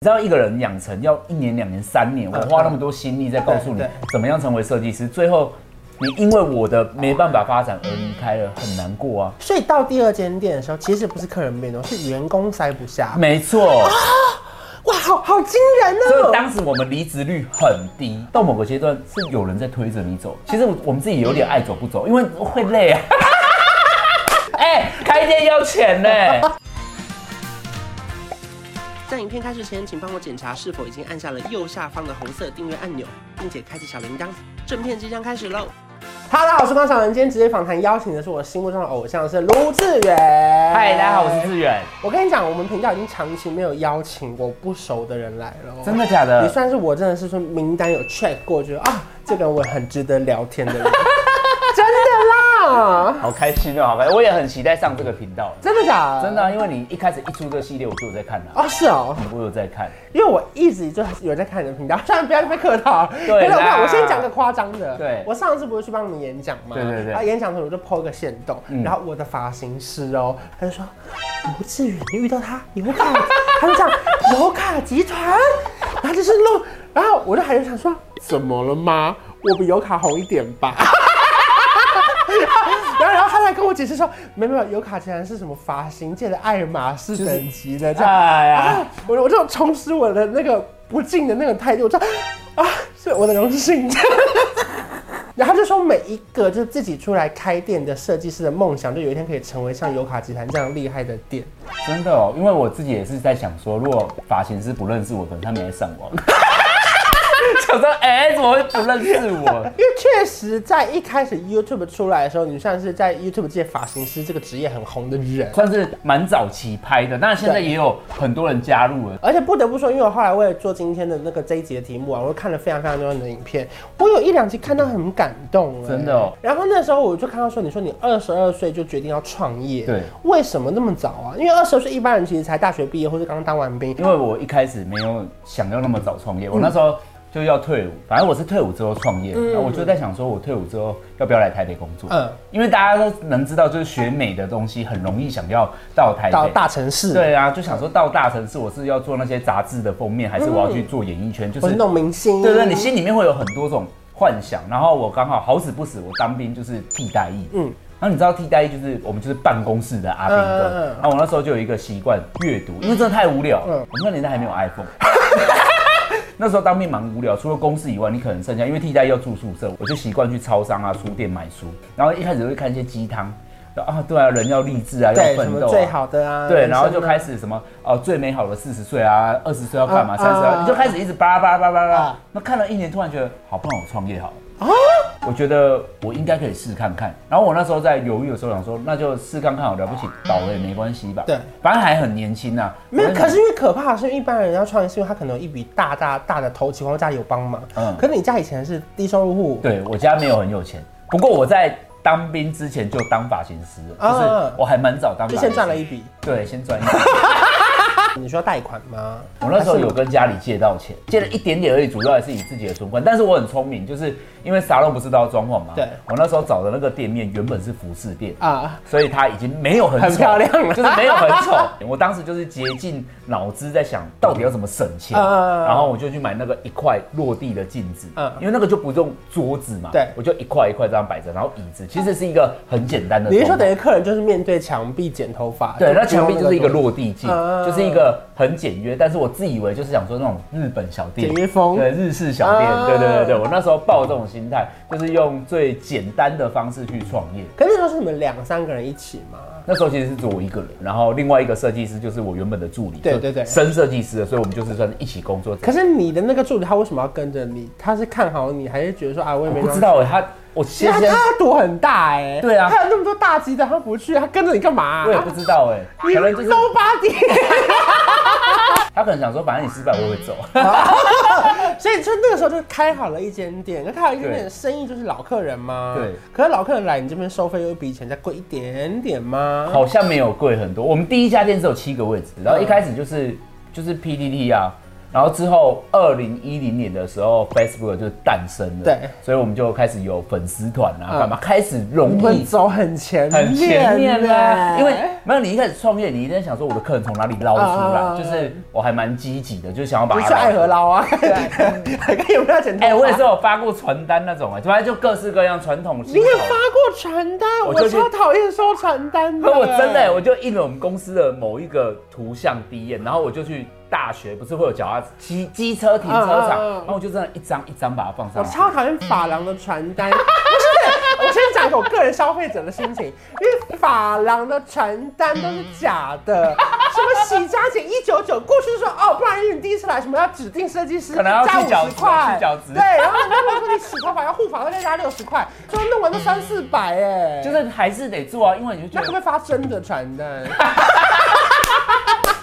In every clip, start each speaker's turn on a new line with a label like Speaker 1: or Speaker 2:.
Speaker 1: 你知道一个人养成要一年、两年、三年，我花那么多心力在告诉你
Speaker 2: 嗯对对
Speaker 1: 怎么样成为设计师，最后你因为我的没办法发展而离开了，很难过啊。
Speaker 2: 所以到第二间店的时候，其实不是客人变多，是员工塞不下。
Speaker 1: 没
Speaker 2: 哦
Speaker 1: 错，
Speaker 2: 哇，好好惊人
Speaker 1: 所以
Speaker 2: 哦！
Speaker 1: 当时我们离职率很低，到某个阶段是有人在推着你走。其实我我们自己有点爱走不走，因为会累啊。 哎，开店要钱 呢、
Speaker 2: 在影片开始前，请帮我检查是否已经按下了右下方的红色订阅按钮，并且开启小铃铛。正片即将开始喽！Hello，大家好，我是关晓雯。今天直接访谈邀请的是我心目中的偶像，是卢志远。
Speaker 1: 嗨，大家好，我是志远。
Speaker 2: 我跟你讲，我们频道已经长期没有邀请过不熟的人来了哦。
Speaker 1: 真的假
Speaker 2: 也
Speaker 1: 的？
Speaker 2: 算是我真的是说名单有 check 过，觉得啊，这个人我很值得聊天的人，真的啦，
Speaker 1: 好开心哦，好开心！我也很期待上这个频道。
Speaker 2: 真的假的？
Speaker 1: 真的啊、因为你一开始一出这个系列，我就有在看啊，
Speaker 2: 哦，是哦，
Speaker 1: 我有在看。
Speaker 2: 因为我一直就有在看你的频道，虽 然不要太客套，
Speaker 1: 对啦
Speaker 2: 可是我看我先讲个夸张的，
Speaker 1: 对
Speaker 2: 我上次不是去帮你们演讲吗？
Speaker 1: 对对对
Speaker 2: 然后演讲的时候我就 PO 个线动，
Speaker 1: 嗯
Speaker 2: 然后我的发型师哦，他就说吴志远，你遇到他油卡， 他就讲油卡集团，然后就是弄，然后我就还想说怎么了吗？我比油卡红一点吧。 然后，然后他才跟我解释说，没有没有，油卡竟然是什么发型界的爱马仕等级的这样。
Speaker 1: 哎呀，
Speaker 2: 啊！我我就重拾我的那个不敬的那个态度，我说啊，是我的荣幸。 然后他就说，每一个就是自己出来开店的设计师的梦想，就有一天可以成为像油卡集团这样厉害的店。
Speaker 1: 真的哦，因为我自己也是在想说，如果发型师不认识我，可能他没在上网。 想说，哎、怎么会不认识我？
Speaker 2: 因为确实在一开始 YouTube 出来的时候，你算是在 YouTube 界发型师这个职业很红的人。
Speaker 1: 算是蛮早期拍的，那现在
Speaker 2: 对
Speaker 1: 也有很多人加入了。
Speaker 2: 而且不得不说，因为我后来为了做今天的那个这一集的题目啊，我看了非常非常多你的影片，我有一两集看到很感动、哎
Speaker 1: 真的哦。
Speaker 2: 然后那时候我就看到说，你说你二十二岁就决定要创业，
Speaker 1: 对，
Speaker 2: 为什么那么早啊？因为二十二岁一般人其实才大学毕业或者刚当完兵，
Speaker 1: 因为我一开始没有想要那么早创业，我那时候就要退伍，反正我是退伍之后创业，然后我就在想说，我退伍之后要不要来台北工作？
Speaker 2: 嗯
Speaker 1: 因为大家都能知道，就是学美的东西很容易想要到台北，
Speaker 2: 到大城市，，
Speaker 1: 对啊，就想说到大城市，我是要做那些杂志的封面，还是我要去做演艺圈？就
Speaker 2: 或是
Speaker 1: 是
Speaker 2: 弄明星，
Speaker 1: 对对，你心里面会有很多种幻想。然后我刚好好死不死，我当兵就是替代役。嗯
Speaker 2: 嗯。
Speaker 1: 然后你知道替代役就是我们就是办公室的阿兵哥
Speaker 2: 嗯嗯嗯，
Speaker 1: 然后我那时候就有一个习惯阅读，因为真的太无聊。
Speaker 2: 嗯
Speaker 1: 我们那年代还没有 iPhone，那时候当兵蛮无聊，除了公事以外，你可能剩下因为替代役要住宿舍，我就习惯去超商啊、书店买书，然后一开始会看一些鸡汤，啊，对啊，人要励志啊，要
Speaker 2: 对什
Speaker 1: 奋斗
Speaker 2: 么
Speaker 1: 啊，
Speaker 2: 最好的啊，
Speaker 1: 对，然后就开
Speaker 2: 始
Speaker 1: 始什么哦，最美好的四十岁啊，二十岁要干嘛，
Speaker 2: 啊
Speaker 1: 三十岁要
Speaker 2: 啊
Speaker 1: 你就开始一直叭叭叭叭叭
Speaker 2: 啊。
Speaker 1: 那看了一年，突然觉得好，不然我创业好了。
Speaker 2: 啊
Speaker 1: 我觉得我应该可以试看看。然后我那时候在犹豫的时候，想说那就试看看好了，了不起倒了也没关系吧。
Speaker 2: 对，
Speaker 1: 反正还很年轻啊。
Speaker 2: 没有，
Speaker 1: 我就
Speaker 2: 可
Speaker 1: 想
Speaker 2: 是因为可怕的是，一般人要创业，是因为他可能有一笔大大大的投钱，或家里有帮忙。
Speaker 1: 嗯
Speaker 2: 嗯，可是你家以前是低收入户，
Speaker 1: 对我家没有很有钱，不过我在当兵之前就当发型师了，就
Speaker 2: 啊
Speaker 1: 是我还蛮早当发型
Speaker 2: 就
Speaker 1: 师。
Speaker 2: 先赚了一笔。
Speaker 1: 对，先赚一笔。
Speaker 2: 你需要贷款吗？
Speaker 1: 我那时候有
Speaker 2: 还是
Speaker 1: 跟家里借到钱，借了一点点而已，主要还是以自己的存款。但是我很聪明，就是因为沙龙不是都要装潢嘛，
Speaker 2: 对
Speaker 1: 我那时候找的那个店面原本是服饰店。
Speaker 2: 啊，
Speaker 1: 所以它已经没有很丑
Speaker 2: 很漂亮了
Speaker 1: 就是没有很丑。我当时就是竭尽脑汁在想，到底要怎么省钱。
Speaker 2: 嗯嗯嗯嗯
Speaker 1: 然后我就去买那个一块落地的镜子，
Speaker 2: 嗯
Speaker 1: 因为那个就不用桌子嘛，
Speaker 2: 对
Speaker 1: 我就一块一块这样摆着，然后椅子其实是一个很简单的。
Speaker 2: 你是说等于客人就是面对墙壁剪头发？
Speaker 1: 对，
Speaker 2: 啊就
Speaker 1: 那墙壁就是一个落地镜，
Speaker 2: 嗯
Speaker 1: 就是一个很简约，但是我自以为就是想说那种日本小店，
Speaker 2: 简约风
Speaker 1: 对，日式小店，
Speaker 2: 啊
Speaker 1: 对对对对，我那时候抱这种心态，就是用最简单的方式去创业。
Speaker 2: 可是那时候是你们两三个人一起吗？
Speaker 1: 那时候其实是只有我一个人，然后另外一个设计师就是我原本的助理，
Speaker 2: 对
Speaker 1: 就
Speaker 2: 对对
Speaker 1: 升设计师的，所以我们就是算是一起工作。
Speaker 2: 可是你的那个助理他为什么要跟着你？他是看好你，还是觉得说啊我也没
Speaker 1: 不知？道哎、他我
Speaker 2: 其
Speaker 1: 先
Speaker 2: 实他
Speaker 1: 先
Speaker 2: 他赌很大哎、
Speaker 1: 对啊
Speaker 2: 他有那么多大鸡蛋，他不去，他跟着你干嘛、啊？
Speaker 1: 我也不知道哎、
Speaker 2: 你
Speaker 1: 可能就是
Speaker 2: nobody，
Speaker 1: 他可能想说，反正你失败我会走。
Speaker 2: 所以就那个时候就开好了一间店，那开好一间
Speaker 1: 对
Speaker 2: 店生意就是老客人嘛。
Speaker 1: 对。
Speaker 2: 可是老客人来你这边收费又比以前再贵一点点吗？
Speaker 1: 好
Speaker 2: 嗯
Speaker 1: 像没有贵很多。我们第一家店只有七个位置，然后一开始就是就是 PDD 啊，然后之后二零一零年的时候，Facebook 就诞生了，
Speaker 2: 对，
Speaker 1: 所以我们就开始有粉丝团啊，
Speaker 2: 嗯
Speaker 1: 干嘛开始容
Speaker 2: 我
Speaker 1: 易
Speaker 2: 们走很前面，啊
Speaker 1: 很前面啦，
Speaker 2: 呢
Speaker 1: 因为没有你一开始创业，你一定在想说我的客人从哪里捞出
Speaker 2: 嗯嗯嗯
Speaker 1: 来，就是我还蛮积极的，就是想要把
Speaker 2: 不
Speaker 1: 它
Speaker 2: 是爱
Speaker 1: 出
Speaker 2: 和
Speaker 1: 来。
Speaker 2: 捞啊，还可以不要剪头 发。
Speaker 1: 哎，我也是有发过传单那种哎，反正就各式各样传统。
Speaker 2: 你也发过传单，我
Speaker 1: 我就去
Speaker 2: 超讨厌收传单的。
Speaker 1: 可我真的、欸，我就印了我们公司的某一个图像 D N，然后我就去大学，不是会有脚踏机机车停车场，
Speaker 2: 嗯嗯嗯
Speaker 1: 然后我就真的一张一张把它放
Speaker 2: 我
Speaker 1: 上来。
Speaker 2: 超讨厌发廊的传单。不是，我先讲一个我个人消费者的心情，因为发廊的传单都是假的，什么喜家姐一九九，过去就说哦，不然你第一次来什么要指定设计师，
Speaker 1: 可能要去
Speaker 2: 加
Speaker 1: 角
Speaker 2: 五
Speaker 1: 质
Speaker 2: 十块
Speaker 1: 去角，质
Speaker 2: 对，然后他们说你洗头发要护发，再加六十块，最后弄完都三四百哎，
Speaker 1: 就是还是得做啊，因为你就
Speaker 2: 那
Speaker 1: 觉
Speaker 2: 可不
Speaker 1: 得
Speaker 2: 可，以发真的传单？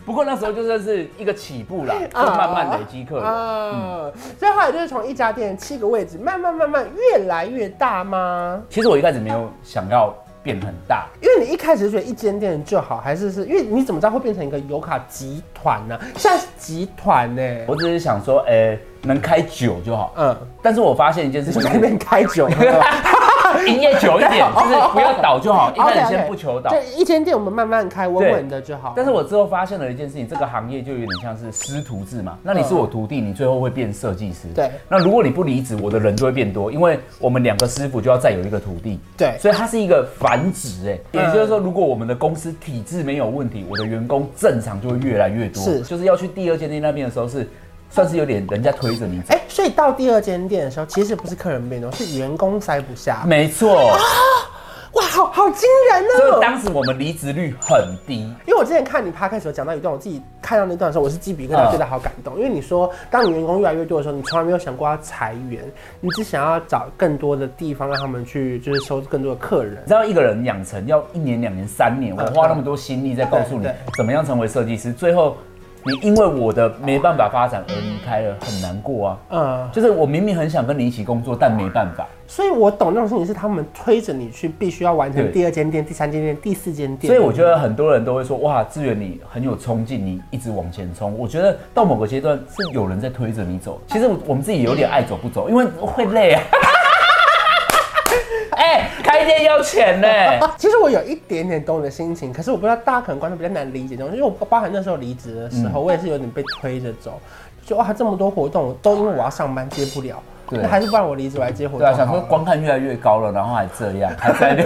Speaker 1: 不过那时候就算是一个起步啦，就
Speaker 2: 啊
Speaker 1: 慢慢累积客人。
Speaker 2: 啊，所以后来就是从一家店七个位置，慢慢慢慢越来越大吗？
Speaker 1: 其实我一开始没有想要变很大，
Speaker 2: 因为你一开始觉得一间店就好，还是是因为你怎么知道会变成一个油卡集团呢、现在是集团呢、
Speaker 1: 我只是想说，哎、能开久就好。
Speaker 2: 嗯，
Speaker 1: 但是我发现一件事
Speaker 2: 就
Speaker 1: 情，
Speaker 2: 在那边开酒，哦好
Speaker 1: 营业久一点，就是不要倒就 好，一开始先不求倒
Speaker 2: 哦就。一间店我们慢慢开，稳稳的就好。
Speaker 1: 但是我之后发现了一件事情，这个行业就有点像是师徒制嘛。那你是我徒弟，你最后会变设计师。
Speaker 2: 嗯对
Speaker 1: 那如果你不离职，我的人就会变多，因为我们两个师傅就要再有一个徒弟。
Speaker 2: 对
Speaker 1: 所以它是一个繁殖、哎、
Speaker 2: 嗯
Speaker 1: 也就是说，如果我们的公司体制没有问题，我的员工正常就会越来越多。
Speaker 2: 是
Speaker 1: 就是要去第二间店那边的时候是，算是有点人家推着你 走。
Speaker 2: 哎、所以到第二间店的时候，其实不是客人变多，是员工塞不下。
Speaker 1: 没错，
Speaker 2: 哇，好好惊人
Speaker 1: 所
Speaker 2: 哦
Speaker 1: 以！当时我们离职率很低。
Speaker 2: 因为我之前看你 p 开始有讲到一段，我自己看到那段的时候，我是鸡皮疙瘩，
Speaker 1: 嗯
Speaker 2: 觉得好感动。因为你说，当你员工越来越多的时候，你从来没有想过要裁员，你只想要找更多的地方让他们去，就是收更多的客人
Speaker 1: 你。知道一个人养成要一年、两年、三年，我花那么多心力在告诉你
Speaker 2: 嗯对对
Speaker 1: 怎么样成为设计师，最后你因为我的没办法发展而离开了，很难过啊。
Speaker 2: 嗯，
Speaker 1: 就是我明明很想跟你一起工作，但没办法。
Speaker 2: 所以我懂那种事情是他们推着你去，必须要完成
Speaker 1: 对
Speaker 2: 第二间店、第三间店、第四间店。
Speaker 1: 所以我觉得很多人都会说，哇，志远你很有冲劲，你一直往前冲。我觉得到某个阶段是有人在推着你
Speaker 2: 嗯
Speaker 1: 走。其实我我们自己有点爱走不走，因为会累 啊。哎、开店要钱呢、
Speaker 2: 啊， 其实我有一点点懂你的心情，可是我不知道大家可能观众比较难理解这种，因为我包含那时候离职的时候，
Speaker 1: 嗯
Speaker 2: 我也是有点被推着走，就哇这么多活动都因为我要上班接不了，
Speaker 1: 对
Speaker 2: 那还是不然我离职我来接活
Speaker 1: 对
Speaker 2: 动
Speaker 1: 啊，
Speaker 2: 好了。
Speaker 1: 想说观看越来越高了，然后还这样，还在那。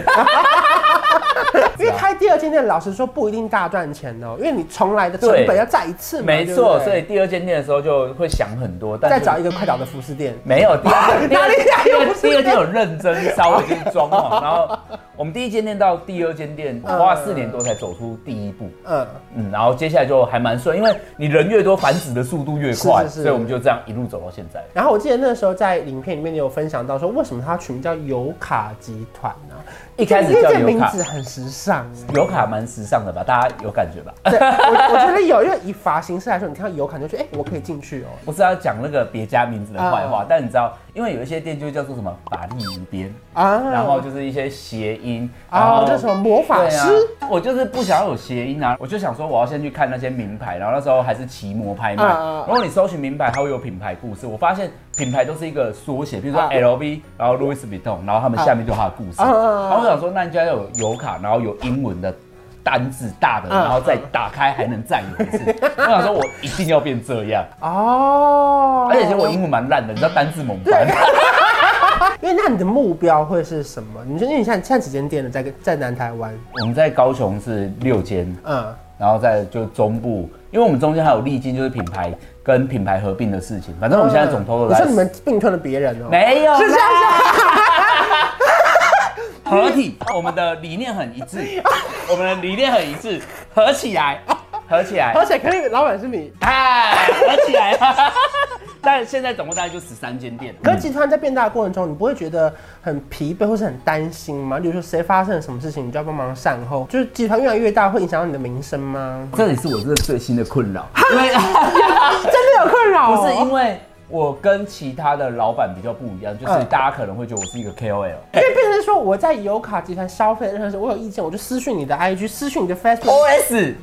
Speaker 2: 因
Speaker 1: 啊
Speaker 2: 为开第二间店，老实说不一定大赚钱哦，因为你重来的成本要再一次嘛，
Speaker 1: 没
Speaker 2: 对不
Speaker 1: 错，
Speaker 2: 对
Speaker 1: 所以第二间店的时候就会想很多，但
Speaker 2: 再
Speaker 1: 是
Speaker 2: 找一个快倒的服饰店。
Speaker 1: 没有第二
Speaker 2: 哪里来
Speaker 1: 第二
Speaker 2: 有不是
Speaker 1: 第二间有认真稍微去装 潢，然后我们第一间店到第二间店花四年多才走出第一步，
Speaker 2: 嗯，
Speaker 1: 嗯，然后接下来就还蛮顺，因为你人越多，繁殖的速度越快，
Speaker 2: 是是是
Speaker 1: 所以我们就这样一路走到现在。
Speaker 2: 然后我记得那时候在影片里面你有分享到说，为什么它取名叫油卡集团呢、
Speaker 1: 一开始
Speaker 2: 因为
Speaker 1: 叫
Speaker 2: 这
Speaker 1: 油
Speaker 2: 名
Speaker 1: 卡
Speaker 2: 字，很时尚。啊
Speaker 1: 油卡蛮时尚的吧？大家有感觉吧？
Speaker 2: 对，我我觉得有，因为以发型师来说，你看到油卡你就觉得，哎、我可以进去哦。
Speaker 1: 不是要讲那个别家名字的坏话，
Speaker 2: 啊
Speaker 1: 但你知道，因为有一些店就叫做什么法力无边，
Speaker 2: 啊，
Speaker 1: 然后就是一些谐音，然
Speaker 2: 啊
Speaker 1: 后，
Speaker 2: 叫什么魔法
Speaker 1: 对
Speaker 2: 师？
Speaker 1: 啊，我就是不想要有谐音啊，我就想说我要先去看那些名牌，然后那时候还是骑摩拍卖，
Speaker 2: 嗯嗯嗯
Speaker 1: 然后你搜寻名牌，它会有品牌故事。我发现品牌都是一个缩写，比如说
Speaker 2: 嗯
Speaker 1: LV，然后 Louis Vuitton，然后他们下面就有它的故事。
Speaker 2: 嗯嗯嗯嗯
Speaker 1: 然后我想说，那应该有油卡，然后有英文的。单字大的，
Speaker 2: 嗯
Speaker 1: 然后再打开还能再有一次。 我想说，我一定要变这样，
Speaker 2: 哦，
Speaker 1: 啊而且其实我英文蛮烂的，你知道单字猛翻。
Speaker 2: 啊因为那你的目标会是什么？你说，因为你现在现在几间店了，在在南台湾，
Speaker 1: 我们在高雄是六间，
Speaker 2: 嗯，
Speaker 1: 然后再就中部，因为我们中间还有历经就是品牌跟品牌合并的事情，反正我们现在总偷偷
Speaker 2: 你
Speaker 1: 来，
Speaker 2: 说你们并吞了别人哦？
Speaker 1: 没有啦
Speaker 2: 是这样啊
Speaker 1: 合体，我们的理念很一致，我们的理念很一致，合起来，合起来，
Speaker 2: 而且可以，老板是你。
Speaker 1: 哎，合起来了。但现在总共大概就十三间店，
Speaker 2: 可是集团在变大的过程中，你不会觉得很疲惫或是很担心吗？例如说谁发生了什么事情，你就要帮忙善后。就是集团越来越大，会影响到你的名声吗？
Speaker 1: 这也是我这个最新的困扰，因为
Speaker 2: 真的有困扰、哦
Speaker 1: 不是因为我跟其他的老板比较不一样，就是
Speaker 2: 嗯
Speaker 1: 大家可能会觉得我是一个 KOL，
Speaker 2: 因为变成是说我在油卡集团消费任何事，我有意见我就私讯你的 IG，私讯你的 Facebook，
Speaker 1: OS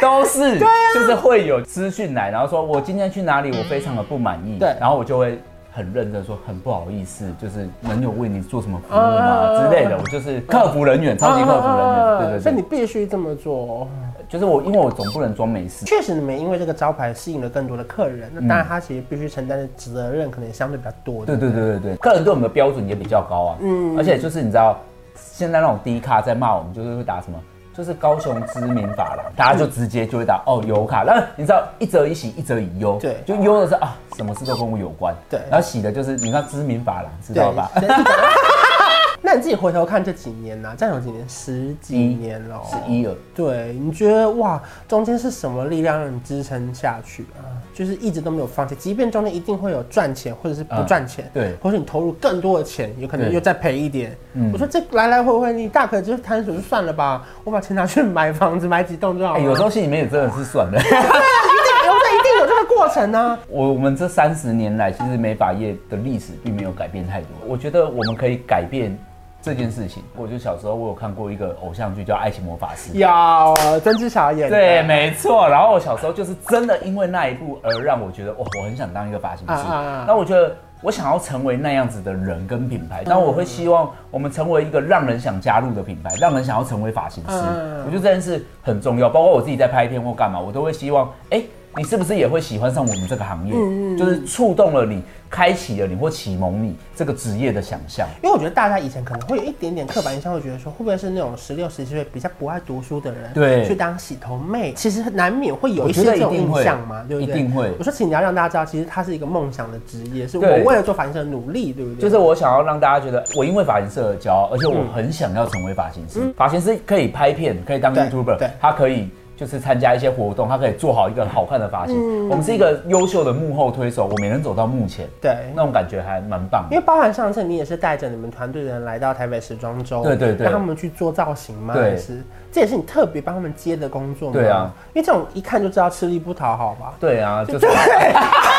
Speaker 1: 都 是，对啊，就是会有资讯来，然后说我今天去哪里，我非常的不满意，
Speaker 2: 对
Speaker 1: 然后我就会很认真说很不好意思，就是能有为你做什么服务
Speaker 2: 嗯
Speaker 1: 吗之类的，我就是客服人员，超级客服
Speaker 2: 啊
Speaker 1: 人员，
Speaker 2: 嗯
Speaker 1: 对
Speaker 2: 所以你
Speaker 1: 对
Speaker 2: 必须这么做。
Speaker 1: 对，就是我，因为我总不能装没事，
Speaker 2: 确实，你们因为这个招牌吸引了更多的客人，那当然他其实必须承担的责任可能也相对比较多
Speaker 1: 对
Speaker 2: 的。
Speaker 1: 对对对对，客人对我们的标准也比较高啊，嗯，而且就是你知道，现在那种低咖在骂我们，就是会打什么？就是高雄知名法郎，大家就直接就会打哦油卡，然后你知道一则以喜，一则以忧，
Speaker 2: 对
Speaker 1: 就忧的是啊，什么事都跟我有关，
Speaker 2: 对
Speaker 1: 然后喜的就是你知道知名法郎，知道吧？
Speaker 2: 真的 那你自己回头看这几年呢、战这有几年，十几年了、
Speaker 1: 是一二，
Speaker 2: 对，你觉得哇，中间是什么力量让你支撑下去啊？就是一直都没有放弃，即便中间一定会有赚钱或者是不赚钱，
Speaker 1: 对
Speaker 2: 或者你投入更多的钱，有可能
Speaker 1: 对
Speaker 2: 又再赔一点。
Speaker 1: 嗯
Speaker 2: 我说这来来回回，你大可就是摊手就算了吧，我把钱拿去买房子、买几栋就好
Speaker 1: 哎，
Speaker 2: 了。
Speaker 1: 有时候心里面也真的是算了。
Speaker 2: 对，我这一定有这个过程啊呢、
Speaker 1: 我我们这三十年来，其实美发业的历史并没有改变太多。我觉得我们可以改变这件事情。我就小时候我有看过一个偶像剧叫《爱情魔法师》，
Speaker 2: 有曾志乔演的
Speaker 1: 对，没错。然后我小时候就是真的因为那一部而让我觉得，哇，我很想当一个发型师
Speaker 2: 啊啊啊。
Speaker 1: 那我觉得我想要成为那样子的人跟品牌，那我会希望我们成为一个让人想加入的品牌，让人想要成为发型师
Speaker 2: 嗯嗯嗯。
Speaker 1: 我觉得这件事很重要，包括我自己在拍片或干嘛，我都会希望，哎。你是不是也会喜欢上我们这个行
Speaker 2: 嗯
Speaker 1: 业？就是触动了你，开启了你或启蒙你这个职业的想象。
Speaker 2: 因为我觉得大家以前可能会有一点点刻板印象，会觉得说会不会是那种十六、十七岁比较不爱读书的人，
Speaker 1: 对
Speaker 2: 去当洗头妹，其实难免会有一些
Speaker 1: 我觉得
Speaker 2: 这种
Speaker 1: 一定
Speaker 2: 印
Speaker 1: 会
Speaker 2: 象嘛，对不对？
Speaker 1: 一定会
Speaker 2: 我说，请你要让大家知道，其实它是一个梦想的职业，是我
Speaker 1: 对
Speaker 2: 为了做发型师的努力，对不对？
Speaker 1: 就是我想要让大家觉得我因为发型师而骄傲，而且我很想要成为发型师。发型师可以拍片，可以当
Speaker 2: 对
Speaker 1: YouTuber，
Speaker 2: 对
Speaker 1: 他可以就是参加一些活动，他可以做好一个好看的发型。我们是一个优秀的幕后推手，我们也能走到幕前，
Speaker 2: 对。
Speaker 1: 那种感觉还蛮棒的。
Speaker 2: 因为包含上次你也是带着你们团队的人来到台北时装周，
Speaker 1: 对对对
Speaker 2: 让他们去做造型吗？
Speaker 1: 对
Speaker 2: 还是这也是你特别帮他们接的工作吗？
Speaker 1: 对啊，
Speaker 2: 因为这种一看就知道吃力不讨好吧。
Speaker 1: 对啊，就是。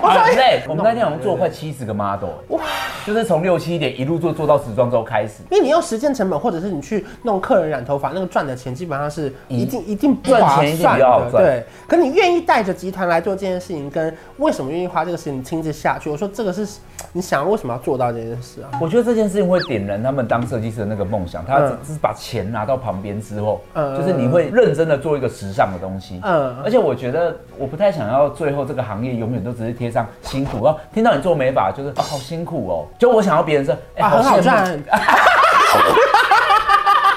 Speaker 1: 很累，我们那天好像做快七十个 model，哇，就是从六七点一路做做到时装周开始，
Speaker 2: 因为你用时间成本，或者是你去弄客人染头发，那个赚的钱基本上是一定一定不划
Speaker 1: 嗯赚钱一定
Speaker 2: 算
Speaker 1: 比较好
Speaker 2: 的。
Speaker 1: 赚
Speaker 2: 对，可你愿意带着集团来做这件事情，跟为什么愿意花这个时间亲自下去？我说这个是你想为什么要做到这件事啊？
Speaker 1: 我觉得这件事情会点燃他们当设计师的那个梦想。他
Speaker 2: 嗯
Speaker 1: 只是把钱拿到旁边之后，
Speaker 2: 嗯
Speaker 1: 就是你会认真的做一个时尚的东西。
Speaker 2: 嗯
Speaker 1: 而且我觉得我不太想要最后这个行业永远都只是贴上辛苦。然后听到你做美发，就是、啊好辛苦哦。就我想要别人说，哎、
Speaker 2: 啊，很
Speaker 1: 羡
Speaker 2: 好
Speaker 1: 慕
Speaker 2: 赚。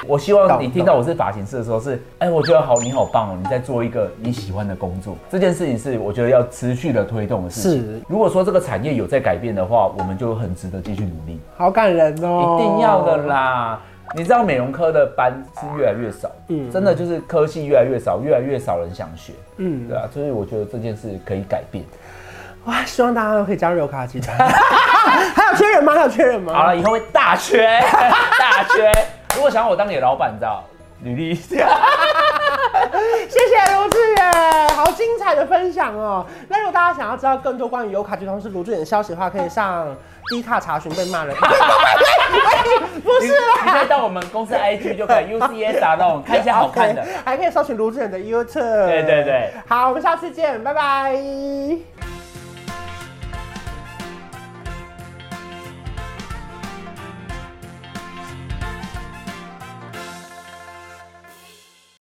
Speaker 1: 我希望你
Speaker 2: 懂
Speaker 1: 听到我是发型师的时候是，哎、我觉得好，你好棒哦，你在做一个你喜欢的工作，这件事情是我觉得要持续的推动的事情。
Speaker 2: 是
Speaker 1: 如果说这个产业有在改变的话，我们就很值得继续努力。
Speaker 2: 好感人哦！
Speaker 1: 一定要的。啦。你知道美容科的班是越来越少，
Speaker 2: 嗯
Speaker 1: 嗯，真的就是科系越来越少，越来越少人想学，
Speaker 2: 嗯，
Speaker 1: 对啊，所以我觉得这件事可以改变。
Speaker 2: 哇，希望大家都可以加入油卡集团。 还有缺人吗？还有缺人吗？
Speaker 1: 好了，以后会大缺，大缺。如果想要我当你的老板，你知道，履历一下。
Speaker 2: 谢谢卢志远，好精彩的分享哦！那如果大家想要知道更多关于油卡集团是卢志远的消息的话，可以上低卡查询被 骂人。不
Speaker 1: 你
Speaker 2: 是啦，
Speaker 1: 你可以到我们公司 IG 就可以 UCS 打到我啊们看一下好看的
Speaker 2: OK，。还可以搜寻卢志远的 YouTube。
Speaker 1: 对对对，
Speaker 2: 好，我们下次见，拜拜。